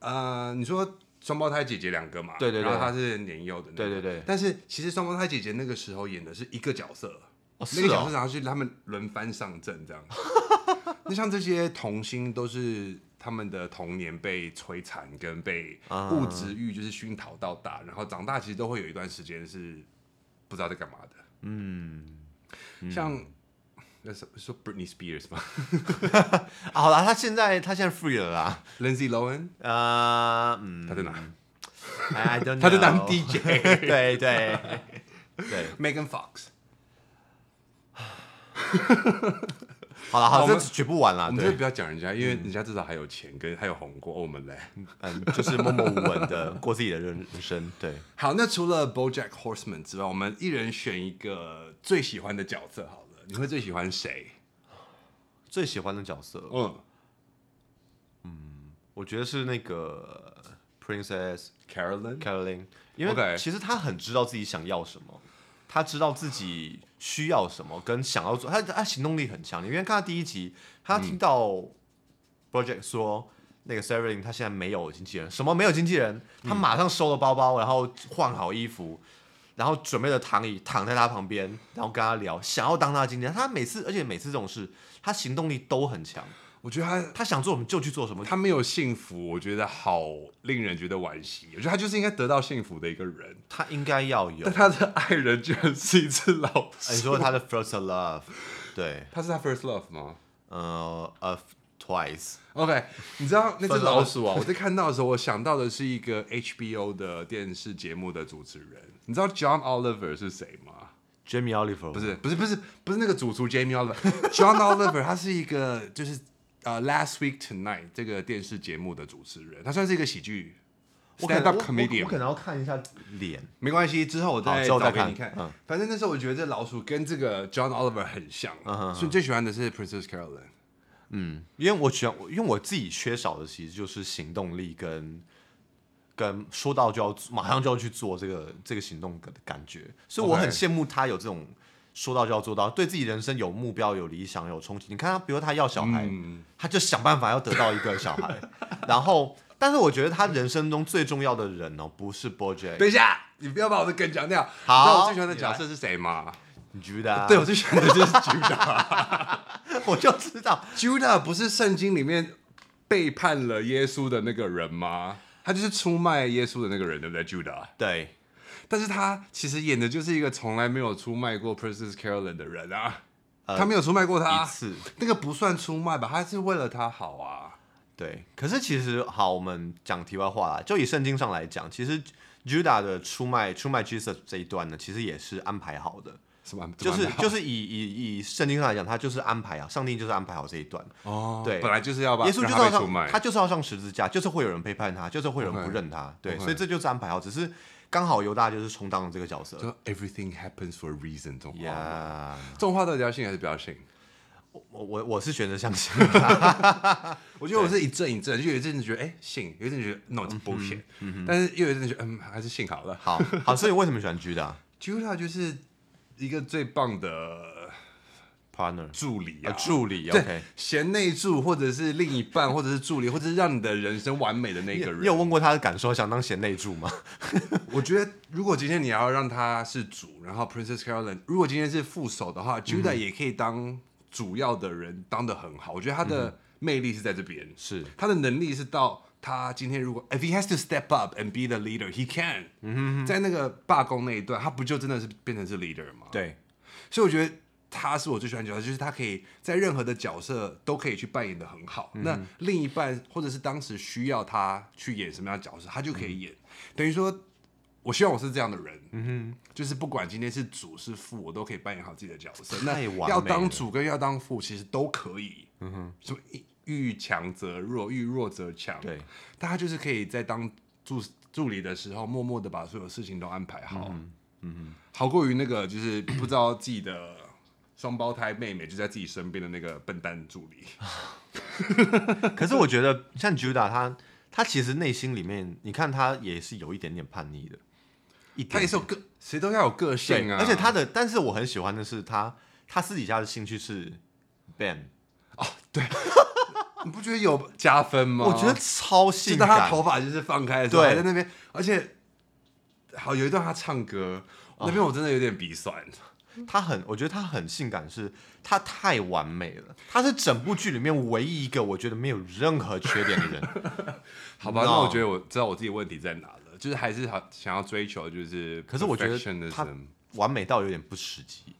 Speaker 1: 呃，你说双胞胎姐姐两个嘛，
Speaker 2: 对对对
Speaker 1: 然后她是年幼的那个，
Speaker 2: 对对对
Speaker 1: 但是其实双胞胎姐姐那个时候演的是一个角色，
Speaker 2: 哦
Speaker 1: 那个
Speaker 2: 是哦
Speaker 1: 角色然后是他们轮番上阵这样。 那像这些童星都是他们的童年被摧残跟被
Speaker 2: 啊
Speaker 1: 物质欲就是熏陶到大，然后长大其实都会有一段时间是不知道在干嘛的。嗯，像那是说 Britney Spears 吗
Speaker 2: 啊好啦，他现在他现在 free 了啦。
Speaker 1: ？Lindsay Lohan
Speaker 2: 呃，嗯，哎
Speaker 1: 她在哪？
Speaker 2: I I don't know，
Speaker 1: 她在当 DJ
Speaker 2: 对对对，
Speaker 1: Megan Fox。
Speaker 2: 好了，
Speaker 1: 好
Speaker 2: 好，
Speaker 1: 我
Speaker 2: 这
Speaker 1: 们
Speaker 2: 举不完
Speaker 1: 我
Speaker 2: 啦，
Speaker 1: 们真
Speaker 2: 啊对
Speaker 1: 的不，要讲人家，因为人家至少还有钱跟还有红过、哦我们嘞。
Speaker 2: 嗯，就是默默无闻的过自己的人人生，对，
Speaker 1: 好，那除了 BoJack Horseman 之外，我们一人选一个最喜欢的角色好了。你会最喜欢谁？
Speaker 2: 最喜欢的角色，
Speaker 1: 嗯
Speaker 2: 我觉得是那个 Princess
Speaker 1: ，Carolyn。
Speaker 2: Caroline，因为
Speaker 1: OK
Speaker 2: 其实她很知道自己想要什么，她知道自己需要什么，跟想要做，她她行动力很强。你因为看到第一集，她听到 Project 说。那个 s e r i n 她现在没有经纪人，什么没有经纪人？
Speaker 1: 嗯
Speaker 2: 她马上收了包包，然后换好衣服，然后准备了躺椅，躺在她旁边，然后跟她聊，想要当她的经纪人。她每次，而且每次这种事，她行动力都很强，
Speaker 1: 我觉得他
Speaker 2: 她想做什么就去做什么，
Speaker 1: 他没有幸福，我觉得好令人觉得惋惜。我觉得他就是应该得到幸福的一个人，
Speaker 2: 她应该要有
Speaker 1: 但。他的爱人居然是一只老
Speaker 2: 哎你
Speaker 1: 鼠。
Speaker 2: 说她的 first love，对，
Speaker 1: 他是他 first love 吗？
Speaker 2: 呃呃 Twice，
Speaker 1: OK，你知道那只
Speaker 2: 分了
Speaker 1: 老鼠啊？我在看到的时候，我想到的是一个 HBO 的电视节目的主持人。你知道 John Oliver 是谁吗？
Speaker 2: Jamie Oliver
Speaker 1: 不是，不是，不是，不是那个主厨 Jamie Oliver，John Oliver 他是一个就是呃《Last Week Tonight》这个电视节目的主持人，他算是一个喜剧
Speaker 2: 我可
Speaker 1: stand
Speaker 2: 能
Speaker 1: up
Speaker 2: 我我
Speaker 1: comedian
Speaker 2: 我可。能要看一下脸，
Speaker 1: 没关系，之后我
Speaker 2: 好
Speaker 1: 再
Speaker 2: 之后
Speaker 1: 找
Speaker 2: 再
Speaker 1: 给你
Speaker 2: 看
Speaker 1: 看。
Speaker 2: 嗯
Speaker 1: 反正那时候我觉得这老鼠跟这个 John Oliver 很像，
Speaker 2: 嗯
Speaker 1: 所以最喜欢的是 Princess Caroline。
Speaker 2: 因为我喜欢，因为我自己缺少的其实就是行动力跟跟说到就要马上就要去做这个这个行动的感觉，所以我
Speaker 1: OK
Speaker 2: 很羡慕他有这种说到就要做到，对自己人生有目标、有理想、有憧憬。你看他，比如他要小孩，他就想办法要得到一个小 孩，然后。但是我觉得他人生中最重要的人哦，不是 BoJack，
Speaker 1: 等一下，你不要把我的梗讲掉。
Speaker 2: 好
Speaker 1: 你知道我最喜欢的
Speaker 2: 你来
Speaker 1: 角色是谁吗？
Speaker 2: 你觉得啊？
Speaker 1: 对，我最喜欢的就是 Judah。
Speaker 2: 我就知道
Speaker 1: Judah 不是圣经里面背叛了耶稣的那个人吗？他就是出卖耶稣的那个人，对不对？Judah，
Speaker 2: 对，
Speaker 1: 但是他其实演的就是一个从来没有出卖过 Princess Carolyn 的人啊，他没有出卖过
Speaker 2: 一
Speaker 1: 他，
Speaker 2: 次
Speaker 1: 那个不算出卖吧？他是为了他好啊。
Speaker 2: 对，可是其实好，我们讲题外话啦，就以圣经上来讲，其实 Judah 的出卖出卖 Jesus 这一段呢，其实也是安排好的，
Speaker 1: 什么？
Speaker 2: 就
Speaker 1: 怎
Speaker 2: 是
Speaker 1: 么安排
Speaker 2: 就是以以以圣经上来讲，他就是安排啊，上帝就是安排好这一段。
Speaker 1: 哦，
Speaker 2: 对
Speaker 1: 本来就是要把
Speaker 2: 耶稣就是
Speaker 1: 让他
Speaker 2: 要
Speaker 1: 被出
Speaker 2: 上，
Speaker 1: 卖
Speaker 2: 他就是要上十字架，就是会有人背叛他，就是会有人不
Speaker 1: OK
Speaker 2: 认他。对
Speaker 1: OK
Speaker 2: 所以这就是安排好，只是刚好犹大就是充当了这个角色。
Speaker 1: 就 everything happens for a reason 这种话
Speaker 2: 呀、
Speaker 1: 这种话到底要信还是不要信？
Speaker 2: 我我我我是选择相 信。
Speaker 1: 我觉得我是一阵一阵，就有一阵子觉得哎、信，有一阵子觉得 no it's bullshit，、但是又有一阵子觉得嗯还是信好了。
Speaker 2: 好好，所以为什么喜欢 Judah
Speaker 1: Judah 就是一个最棒的
Speaker 2: partner？
Speaker 1: 助理
Speaker 2: 啊
Speaker 1: 啊，
Speaker 2: 助理
Speaker 1: 对
Speaker 2: OK，
Speaker 1: 贤内助，或者是另一半，或者是助理，或者是让你的人生完美的那
Speaker 2: 你
Speaker 1: 个
Speaker 2: 你有
Speaker 1: 人。
Speaker 2: 问过他的感受，想当贤内助 吗？
Speaker 1: 我觉得，如果今天你要让他是主，然后 Princess Carolyn，如果今天是副手的话，Judah 也可以当主要的人，当的很好。我觉得他的魅嗯力是在这边，
Speaker 2: 是
Speaker 1: 他的能力是到他今天如果 if he has to step up and be the leader, he can。在那个罢工那一段，他不就真的是变成是 leader 吗？
Speaker 2: 对。
Speaker 1: 所以我觉得他是我最喜欢的角色，就是他可以在任何的角色都可以去扮演的很好。那另一半或者是当时需要他去演什么样的角色，他就可以演。等于说，我希望我是这样的人，嗯哼，就是不管今天是主是副，我都可以扮演好自己的角色。那
Speaker 2: 太完美了
Speaker 1: 要当主跟要当副其实都可以，嗯哼，什么遇遇强则弱，遇弱则强，
Speaker 2: 对，
Speaker 1: 但他就是可以在当助助理的时候，默默的把所有事情都安排好，嗯好过于那个就是 不知道自己的双胞胎妹妹就在自己身边的那个笨蛋助理。
Speaker 2: 可是我觉得像 Judah 他，他其实内心里面，你看他也是有一点点叛逆的，一
Speaker 1: 他
Speaker 2: 点
Speaker 1: 也是有个，谁都要有个性
Speaker 2: 对，
Speaker 1: 啊，
Speaker 2: 而且他的，但是我很喜欢的是他，他私底下的兴趣是 band，
Speaker 1: 你不觉得有加分吗？
Speaker 2: 我觉得超
Speaker 1: 哦就
Speaker 2: 性
Speaker 1: 当他
Speaker 2: 感，
Speaker 1: 头发就是放开的时候，
Speaker 2: 对
Speaker 1: 还在那边，而且好有一段他唱歌，那边我真的有点鼻酸。
Speaker 2: 他很，我觉得他很性感是，他太完美了，他是整部剧里面唯一一个我觉得没有任何缺点的人，
Speaker 1: 好吧，
Speaker 2: No
Speaker 1: 那我觉得我知道我自己问题在哪了，就是还是好想要追求，就是
Speaker 2: 可是我觉得
Speaker 1: perfectionism
Speaker 2: 他完美到有点不实际，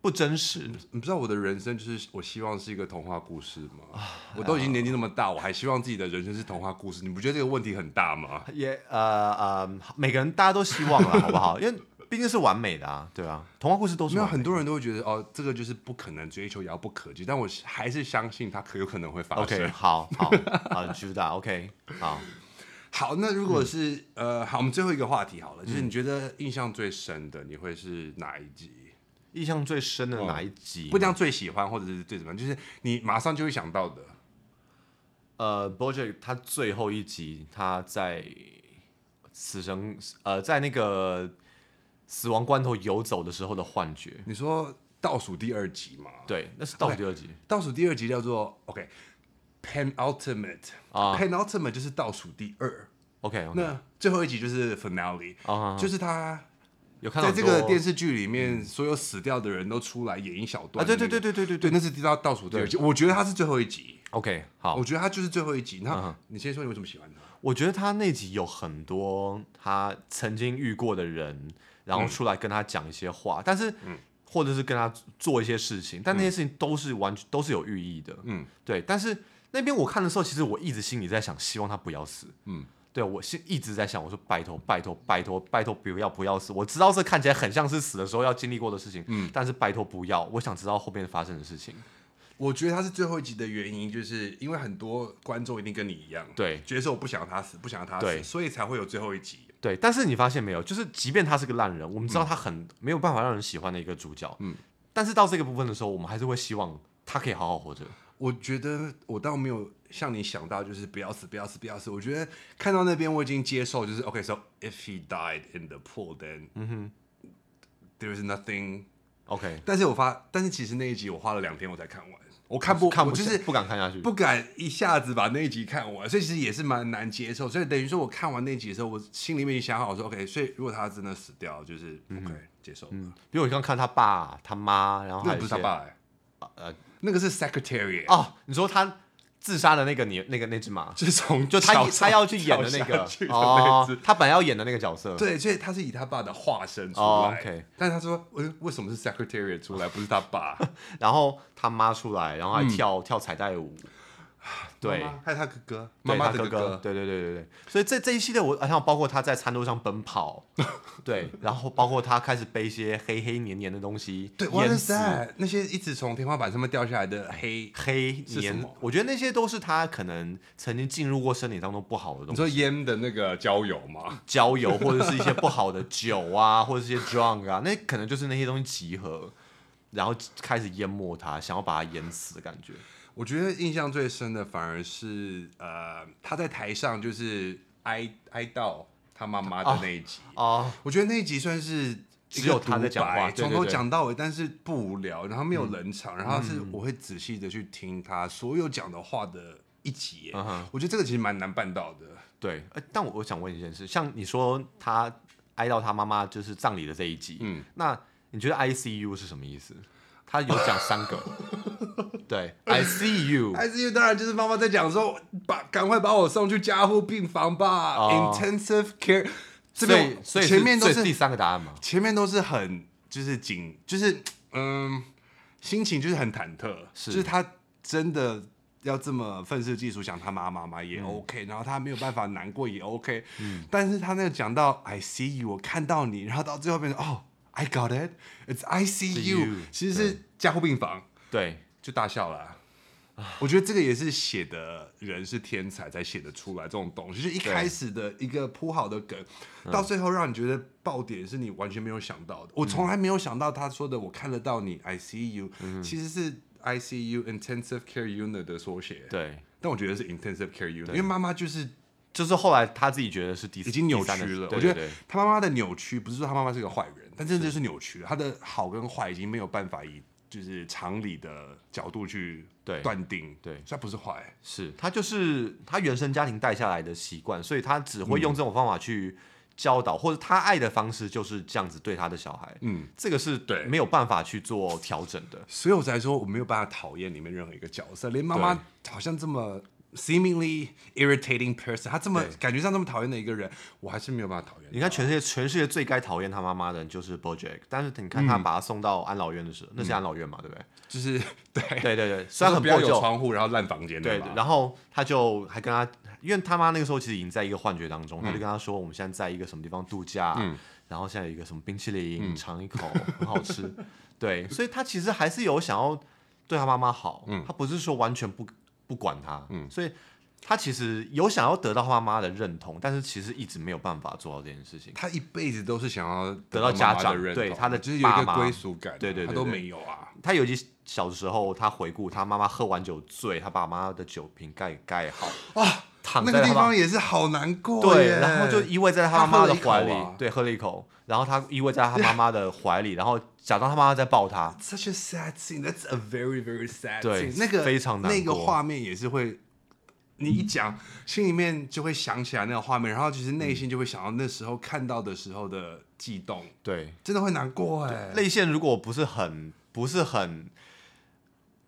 Speaker 2: 不真实，
Speaker 1: 你不知道我的人生就是我希望是一个童话故事吗？我都已经年纪那么大，我还希望自己的人生是童话故事，你不觉得这个问题很大吗？
Speaker 2: 也呃呃，每个人大家都希 望了，好不好？因为毕竟是完美的啊，对啊，童话故事都是
Speaker 1: 没有
Speaker 2: 完美
Speaker 1: 很多人都会觉得哦，这个就是不可能追求，遥不可及，但我还是相信它可有可能会发生。
Speaker 2: OK，好 好啊，知道 OK，好，
Speaker 1: 好，那如果是、呃，好，我们最后一个话题好了，就是你觉得印象最深的，你会是哪一集？
Speaker 2: 印象最深的哪一集？
Speaker 1: 不一定要最喜欢，或者是最怎么样，就是你马上就会想到的。
Speaker 2: 呃，BoJack 他最后一集他在死神呃在那个死亡关头游走的时候的幻觉，
Speaker 1: 你说倒数第二集嘛？
Speaker 2: 对，那是倒数第二集
Speaker 1: 倒数第二集叫做 OK penultimate
Speaker 2: 啊
Speaker 1: penultimate 就是倒数第二，
Speaker 2: OK，
Speaker 1: 那最后一集就是 finale，
Speaker 2: 啊，
Speaker 1: 就是他
Speaker 2: 有看到
Speaker 1: 在
Speaker 2: 很
Speaker 1: 这
Speaker 2: 多
Speaker 1: 个电视剧里面所有死掉的人都出来演一小
Speaker 2: 啊，
Speaker 1: 段的
Speaker 2: 对
Speaker 1: 那个。
Speaker 2: 嗯对对对对对
Speaker 1: 对，
Speaker 2: 对
Speaker 1: 那是到倒数第二集，我觉得他是最后一集，
Speaker 2: ，OK，好
Speaker 1: 我，觉得他就是最后一集。
Speaker 2: 啊
Speaker 1: 那你先说你为什么喜欢他？
Speaker 2: 我觉得他那集有很
Speaker 1: 嗯
Speaker 2: 多他曾经遇过的人，然后出来跟他讲一些话，但是或者是跟他做一些事情，但那些事情都是完全都是有寓意的，
Speaker 1: 嗯，
Speaker 2: 对。但是那边我看的时候，其实我一直心里在想，希望他不要死，
Speaker 1: 嗯，
Speaker 2: 对我心一直在想，我说拜托拜托拜托拜托不要不要死，我知道这看起来很像是死的时候要经历过的事情，
Speaker 1: 嗯，
Speaker 2: 但是拜托不要，我想知道后面发生的事情，
Speaker 1: 我觉得他是最后一集的原因，就是因为很多观众一定跟你一样，
Speaker 2: 对
Speaker 1: 觉得说我不想要他死，不想要他死，
Speaker 2: 对
Speaker 1: 所以才会有最后一集。
Speaker 2: 对。但是你发现没有，就是即便他是个烂人，我们知道他很、没有办法让人喜欢的一个主角，
Speaker 1: 嗯，
Speaker 2: 但是到这个部分的时候，我们还是会希望他可以好好活着，
Speaker 1: 我觉得我倒没有像你想到，就是不要死，不要死，不要死。我觉得看到那边我已经接受，就是 OK，so、if he died in the pool, then
Speaker 2: 嗯哼
Speaker 1: there is nothing。
Speaker 2: ，OK。
Speaker 1: 但是我发，但是其实那一集我花了两天我才看完，我看不
Speaker 2: 看
Speaker 1: 我
Speaker 2: 不
Speaker 1: 就
Speaker 2: 下
Speaker 1: 是
Speaker 2: 不敢看下去，
Speaker 1: 不敢一下子把那一集看完，所以其实也是蛮难接受。所以等于说我看完那集的时候，我心里面已经想好说 OK，所以如果他真的死掉，就是 OK、接受。
Speaker 2: 嗯，比如我刚看他爸、他妈，然后
Speaker 1: 那
Speaker 2: 还
Speaker 1: 个不
Speaker 2: 有一
Speaker 1: 是他
Speaker 2: 些
Speaker 1: 爸、欸，
Speaker 2: 呃
Speaker 1: 那个是 secretary，、欸、
Speaker 2: 哦，你说他自杀的那个你那个那只马，
Speaker 1: 就是从
Speaker 2: 就他
Speaker 1: 桥上
Speaker 2: 他要去演的那
Speaker 1: 跳
Speaker 2: 个
Speaker 1: 下去的那只
Speaker 2: 哦，他本来要演的那个角色，
Speaker 1: 对，所以他是以他爸的化身出来。
Speaker 2: 哦，OK
Speaker 1: 但是他说，呃为什么是 secretary 出来，不是他爸？
Speaker 2: 然后他妈出来，然后还跳跳彩带舞， 对
Speaker 1: 嗯妈。妈还有他哥哥，妈
Speaker 2: 对
Speaker 1: 妈
Speaker 2: 他
Speaker 1: 的
Speaker 2: 哥
Speaker 1: 哥。
Speaker 2: 对对对对对，所以这这一系列我好像包括他在餐桌上奔跑， 对，然后包括他开始背一些黑黑黏黏的东西，
Speaker 1: 对
Speaker 2: 我
Speaker 1: ，What is that？那些一直从天花板上面掉下来的黑，
Speaker 2: 黑
Speaker 1: 是什
Speaker 2: 黏
Speaker 1: 么，
Speaker 2: 我觉得那些都是他可能曾经进入过身体当中不好的
Speaker 1: 你
Speaker 2: 东西
Speaker 1: 说。烟的那个焦油吗？
Speaker 2: 交友或者是一些不好的酒啊， 或者是一些 drunk 啊，那可能就是那些东西集合，然后开始淹没它，想要把它淹死的感觉。
Speaker 1: 我觉得印象最深的反而是呃，他在台上就是哀哀悼他妈妈的那一集。
Speaker 2: 哦，
Speaker 1: 我觉得那一集算是
Speaker 2: 只有他在讲话
Speaker 1: 一个独白
Speaker 2: 对对嗯
Speaker 1: 从
Speaker 2: 对
Speaker 1: 头讲到尾，但是不无聊，然后没有冷场，然后是我会仔细的去听他所有讲的话的一集耶。
Speaker 2: 嗯哼，
Speaker 1: 我觉得这个其实蛮难办到的。
Speaker 2: 对。呃但我我想问一件事，像你说他哀悼他妈妈就是葬礼的这一集，
Speaker 1: 嗯，
Speaker 2: 那你觉得 ICU 是什么意思？他有讲三个， 对，I see you，
Speaker 1: ICU 当然就是妈妈在讲说，把赶快把我送去加护病房吧、
Speaker 2: 哦
Speaker 1: i n t e n s i v e care。这
Speaker 2: 所以
Speaker 1: 边
Speaker 2: 所以
Speaker 1: 前面都
Speaker 2: 所
Speaker 1: 是
Speaker 2: 以第三个答案嘛？
Speaker 1: 前面都是很就是紧，就是嗯，心情就是很忐忑，
Speaker 2: 是
Speaker 1: 就是他真的要这么愤世嫉俗想他妈妈嘛也
Speaker 2: 嗯
Speaker 1: OK，、然后他没有办法难过也 OK，嗯，但是他那个讲到 I see you，我看到你，然后到最后变成哦 I got it，it's I see
Speaker 2: See
Speaker 1: you，
Speaker 2: you，
Speaker 1: 其实是加护病房
Speaker 2: 对，
Speaker 1: 就大笑啦、我觉得这个也是写的人是天才才写得出来这种东西，就是一开始的一个铺好的梗，到最后让你觉得爆点是你完全没有想到的。我从来没有想到他说的“我看得到你 ”，I see you，、其实是 I see you intensive care unit 的缩写，
Speaker 2: 对，
Speaker 1: 但我觉得是 intensive care unit，因为妈妈就是
Speaker 2: 就是后来他自己觉得是第
Speaker 1: 已经扭曲
Speaker 2: 第三
Speaker 1: 了
Speaker 2: 个。
Speaker 1: 我
Speaker 2: 对
Speaker 1: 觉
Speaker 2: 对
Speaker 1: 得
Speaker 2: 对
Speaker 1: 他妈妈的扭曲不是说他妈妈是个坏人，但真的就是扭曲了，他的好跟坏已经没有办法以就是常理的角度去
Speaker 2: 对
Speaker 1: 断定，
Speaker 2: 对
Speaker 1: 所以他不是坏。
Speaker 2: 是他就是他原生家庭带下来的习惯，所以他只会
Speaker 1: 嗯
Speaker 2: 用这种方法去教导，或者他爱的方式就是这样子对他的小孩，
Speaker 1: 嗯，
Speaker 2: 这个是
Speaker 1: 对
Speaker 2: 没有办法去做调整的。
Speaker 1: 所以我才说我没有办法讨厌里面任何一个角色，连妈妈好像这么 seemingly irritating person，她这么
Speaker 2: 对
Speaker 1: 感觉上这么讨厌的一个人，我还是没有办法讨厌她。
Speaker 2: 你看全世界全世界最该讨厌他妈妈的人就是 BoJack，但是你
Speaker 1: 嗯
Speaker 2: 看他把他送到安老院的时候，那是安老院嘛，对不对？
Speaker 1: 就是 对，
Speaker 2: 对对对，虽然很
Speaker 1: 不要
Speaker 2: 破
Speaker 1: 有
Speaker 2: 旧，
Speaker 1: 窗户，然后烂房间
Speaker 2: 对，
Speaker 1: 吧？
Speaker 2: 然后他就还跟他，因为他妈那个时候其实已经在一个幻觉当中，
Speaker 1: 嗯
Speaker 2: 他就跟他说我们现在在一个什么地方度假，然后现在有一个什么冰淇淋，
Speaker 1: 嗯
Speaker 2: 尝一口很好 吃，对，所以他其实还是有想要对他妈妈好，
Speaker 1: 嗯
Speaker 2: 他不是说完全不不管他，所以他其实有想要得到他妈妈的认同，但是其实一直没有办法做到这件事情。
Speaker 1: 她一辈子都是想要
Speaker 2: 得到
Speaker 1: 妈妈
Speaker 2: 家
Speaker 1: 的
Speaker 2: 长
Speaker 1: 认
Speaker 2: 对
Speaker 1: 同
Speaker 2: 她的
Speaker 1: 就是有一
Speaker 2: 爸
Speaker 1: 个
Speaker 2: 妈
Speaker 1: 归属感啊，
Speaker 2: 对对对
Speaker 1: 她都
Speaker 2: 对
Speaker 1: 没有啊。
Speaker 2: 他有一集小时候，他回顾他妈妈喝完酒醉，他把妈妈的酒瓶盖盖好，
Speaker 1: 哇，
Speaker 2: 躺
Speaker 1: 那
Speaker 2: 在
Speaker 1: 个
Speaker 2: 他
Speaker 1: 地
Speaker 2: 妈妈
Speaker 1: 方也是好难过
Speaker 2: 对，
Speaker 1: 耶
Speaker 2: 然后就依偎在他妈妈的怀里，
Speaker 1: 他喝了一口啊
Speaker 2: 对，喝了一口，然后他依偎在他妈妈的怀里，然后假装他妈妈在抱他，
Speaker 1: such a sad scene. That's a very very sad
Speaker 2: 对
Speaker 1: scene. 那个
Speaker 2: 非常难过
Speaker 1: 那个画面也是会，你一讲，心里面就会想起来那个画面，然后其实内心就会想到那时候看到的时候的悸动，
Speaker 2: 对，
Speaker 1: 真的会难过哎。
Speaker 2: 泪腺如果不是很不是很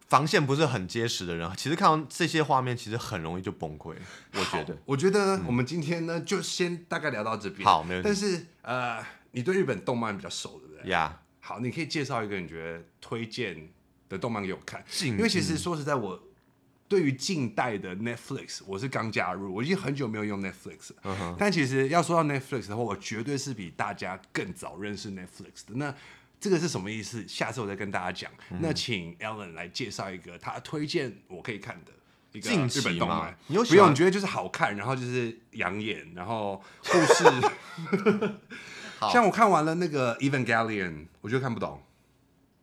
Speaker 2: 防线不是很结实的人，其实看到这些画面，其实很容易就崩溃，我觉得嗯
Speaker 1: 好。我觉得我们今天呢，就先大概聊到这边。
Speaker 2: 好没问题
Speaker 1: 但是呃，你对日本动漫比较熟，对不对？
Speaker 2: 呀
Speaker 1: 好，你可以介绍一个你觉得推荐的动漫给我看，
Speaker 2: 近嗯
Speaker 1: 因为其实说实在我。对于近代的 Netflix，我是刚加入，我已经很久没有用 Netflix 了。
Speaker 2: 嗯
Speaker 1: 但其实要说到 Netflix 的话，我绝对是比大家更早认识 Netflix 的。那这个是什么意思？下次我再跟大家讲。
Speaker 2: 嗯
Speaker 1: 那请 Alan 来介绍一个他推荐我可以看的一个
Speaker 2: 近期
Speaker 1: 日本动
Speaker 2: 吗
Speaker 1: 漫。
Speaker 2: 你有喜
Speaker 1: 不用，
Speaker 2: 欢
Speaker 1: 你觉得就是好看，然后就是养眼，然后故事。
Speaker 2: 好
Speaker 1: 像我看完了那个 Evangelion，我就看不懂。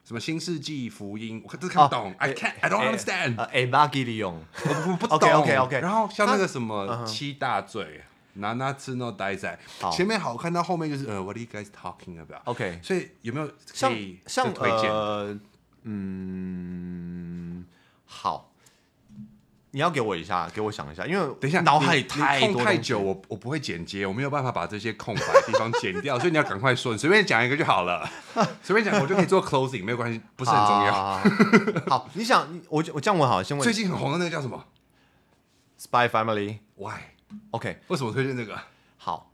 Speaker 1: 什么新世纪福音，我看真的看不
Speaker 2: 哦
Speaker 1: 懂、i can't, I don't understand。
Speaker 2: 呃 e v a g i l i o n
Speaker 1: 我不
Speaker 2: OK OK OK。
Speaker 1: 然后像那个什
Speaker 2: 嗯
Speaker 1: 么
Speaker 2: 哼
Speaker 1: 七大罪，拿拿吃诺呆仔
Speaker 2: 好，
Speaker 1: 前面好看到后面就是呃，What are you guys talking about？、
Speaker 2: OK，
Speaker 1: 所以有没有可
Speaker 2: 像
Speaker 1: 以
Speaker 2: 像
Speaker 1: 推荐？
Speaker 2: 呃嗯好，你要给我一下，给我想一下，因为
Speaker 1: 等一下，
Speaker 2: 脑海
Speaker 1: 你
Speaker 2: 里
Speaker 1: 你
Speaker 2: 太
Speaker 1: 空
Speaker 2: 多
Speaker 1: 太
Speaker 2: 东西
Speaker 1: 久，我我不会剪接，我没有办法把这些空白的地方剪 掉，所以你要赶快说，你随便讲一个就好了，随便讲我就可以做 closing，没有关系，不是很重要。
Speaker 2: 好。好好啊好你想，你我我这样问好了，先问
Speaker 1: 最近很红的那个叫什么
Speaker 2: Spy Family。
Speaker 1: ？Why？
Speaker 2: OK，
Speaker 1: 为什么推荐这个
Speaker 2: 好。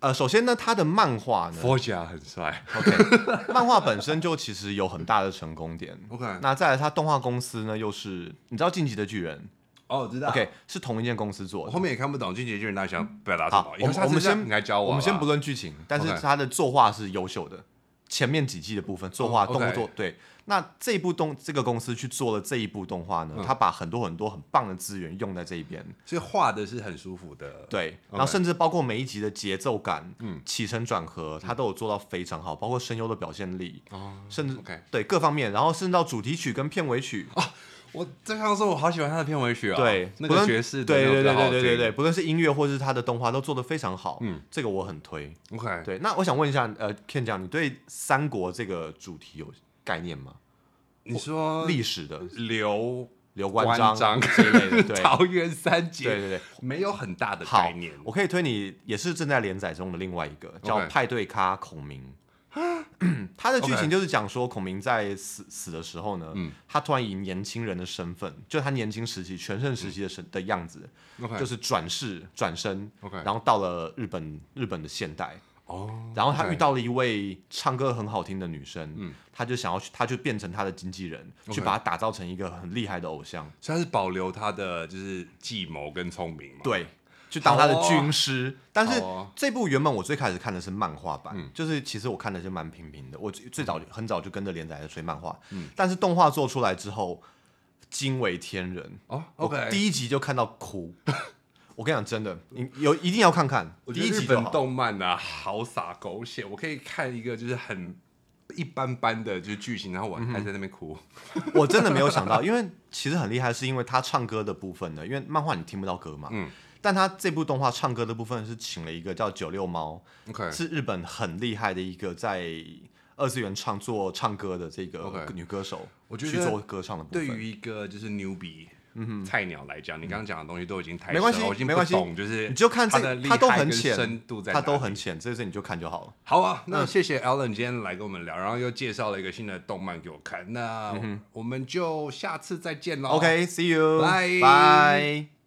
Speaker 2: 呃，首先呢，他的漫画呢
Speaker 1: f o r g a 很帅
Speaker 2: ，OK，漫画本身就其实有很大的成功点。
Speaker 1: ？OK，
Speaker 2: 那再来，他动画公司呢，又是你知道《进击的巨人
Speaker 1: 哦，我知》道。
Speaker 2: OK 是同一间公司做
Speaker 1: 我
Speaker 2: 的。
Speaker 1: 后面也看不懂《进击的巨人》到底想表达什
Speaker 2: 好
Speaker 1: 么，，以
Speaker 2: 我
Speaker 1: 后
Speaker 2: 们
Speaker 1: 下
Speaker 2: 我
Speaker 1: 次
Speaker 2: 们
Speaker 1: 这样
Speaker 2: 先
Speaker 1: 你来教我。啊
Speaker 2: 我们先不
Speaker 1: 论，
Speaker 2: 论剧情，但是
Speaker 1: OK
Speaker 2: 他的作画是优秀的，前面几季的部分作画、
Speaker 1: 哦，OK
Speaker 2: 动作对。那这一部动这个公司去做了这一部动画呢，
Speaker 1: 嗯
Speaker 2: 他把很多很多很棒的资源用在这一边，
Speaker 1: 所以画的是很舒服的。
Speaker 2: 对，
Speaker 1: OK 嗯
Speaker 2: 然后甚至包括每一集的节奏感、起承转合，他都有做到非常好，包括声优的表现力，
Speaker 1: 哦，
Speaker 2: 甚至
Speaker 1: OK
Speaker 2: 对各方面，然后甚至到主题曲跟片尾曲，
Speaker 1: 我这样说，我好喜欢他的片尾曲啊，
Speaker 2: 对，
Speaker 1: 那
Speaker 2: 不
Speaker 1: 个
Speaker 2: 论
Speaker 1: 爵士的
Speaker 2: 对
Speaker 1: 那种
Speaker 2: 对对
Speaker 1: 比较好
Speaker 2: 对
Speaker 1: 听，
Speaker 2: 对对对，不论是音乐或是他的动画都做得非常好，
Speaker 1: 嗯
Speaker 2: 嗯，这个我很推。
Speaker 1: 对，OK，
Speaker 2: 对，那我想问一下，呃，Ken 讲，你对三国这个主题有概念吗？
Speaker 1: 你说
Speaker 2: 历史的
Speaker 1: 刘
Speaker 2: 刘关
Speaker 1: 关
Speaker 2: 张
Speaker 1: 张
Speaker 2: 这一 类的，对，
Speaker 1: 桃园三
Speaker 2: 对
Speaker 1: 杰
Speaker 2: 对对。
Speaker 1: 没有很大的
Speaker 2: 好
Speaker 1: 概念，
Speaker 2: 我可以推你，也是正在连载中的另外一个叫
Speaker 1: OK
Speaker 2: 《派对咖孔明》 他的剧
Speaker 1: OK 嗯
Speaker 2: 情就是讲说，孔明在死死的时候呢，他突然以年轻人的身份，就他年轻时期、全盛时期的身、的样子，
Speaker 1: OK
Speaker 2: 就是转世转身
Speaker 1: OK
Speaker 2: 然后到了日本日本的现代，
Speaker 1: 哦，
Speaker 2: 然后他
Speaker 1: OK
Speaker 2: 遇到了一位唱歌很好听的女生，他就想要去，他就变成他的经纪人
Speaker 1: 嗯 OK
Speaker 2: 去把他打造成一个很厉害的偶像，
Speaker 1: 所以他是保留他的就是计谋跟聪明嘛，
Speaker 2: 对，去当他的军师。但是
Speaker 1: 哦好哦嗯
Speaker 2: 这部原本我最开始看的是漫画版，就是其实我看的就蛮平平的，我最最早很早就跟着连载在追漫画，
Speaker 1: 嗯
Speaker 2: 但是动画做出来之后惊为天人，
Speaker 1: 哦
Speaker 2: 我
Speaker 1: ，OK，
Speaker 2: 第一集就看到哭。 我跟你讲，真的，你有一定要看看
Speaker 1: 我
Speaker 2: 第
Speaker 1: 觉得
Speaker 2: 一
Speaker 1: 日
Speaker 2: 集就
Speaker 1: 本
Speaker 2: 好。
Speaker 1: 动漫啊，好洒狗血。我可以看一个就是很一般般的就是剧情，然后我还在那边哭。
Speaker 2: 我真的没有想到，因为其实很厉害，是因为他唱歌的部分呢，因为漫画你听不到歌嘛，
Speaker 1: 嗯
Speaker 2: 但他这部动画唱歌的部分是请了一个叫九六猫，
Speaker 1: OK，
Speaker 2: 是日本很厉害的一个在二次元创作唱歌的这
Speaker 1: OK
Speaker 2: 个女歌手，
Speaker 1: 我觉得
Speaker 2: 去做歌唱的部
Speaker 1: 对
Speaker 2: 分。
Speaker 1: 于一个就是 newbie 菜鸟来讲，你刚刚讲的东西都已经太
Speaker 2: 嗯没关系
Speaker 1: 深了我已经
Speaker 2: 没
Speaker 1: 不
Speaker 2: 关系
Speaker 1: 懂，就是
Speaker 2: 你就看这
Speaker 1: 它的厉
Speaker 2: 它都
Speaker 1: 害
Speaker 2: 很
Speaker 1: 跟
Speaker 2: 浅
Speaker 1: 深度在
Speaker 2: 它都
Speaker 1: 哪里
Speaker 2: 很嗯浅，这次你就看就好了。
Speaker 1: 好啊。那谢谢 Alan 今天来跟我们聊，然后又介绍了一个新的动漫给我
Speaker 2: 嗯
Speaker 1: 看。那我们就下次再见喽。
Speaker 2: OK，see、you，
Speaker 1: 啊 Bye
Speaker 2: 拜。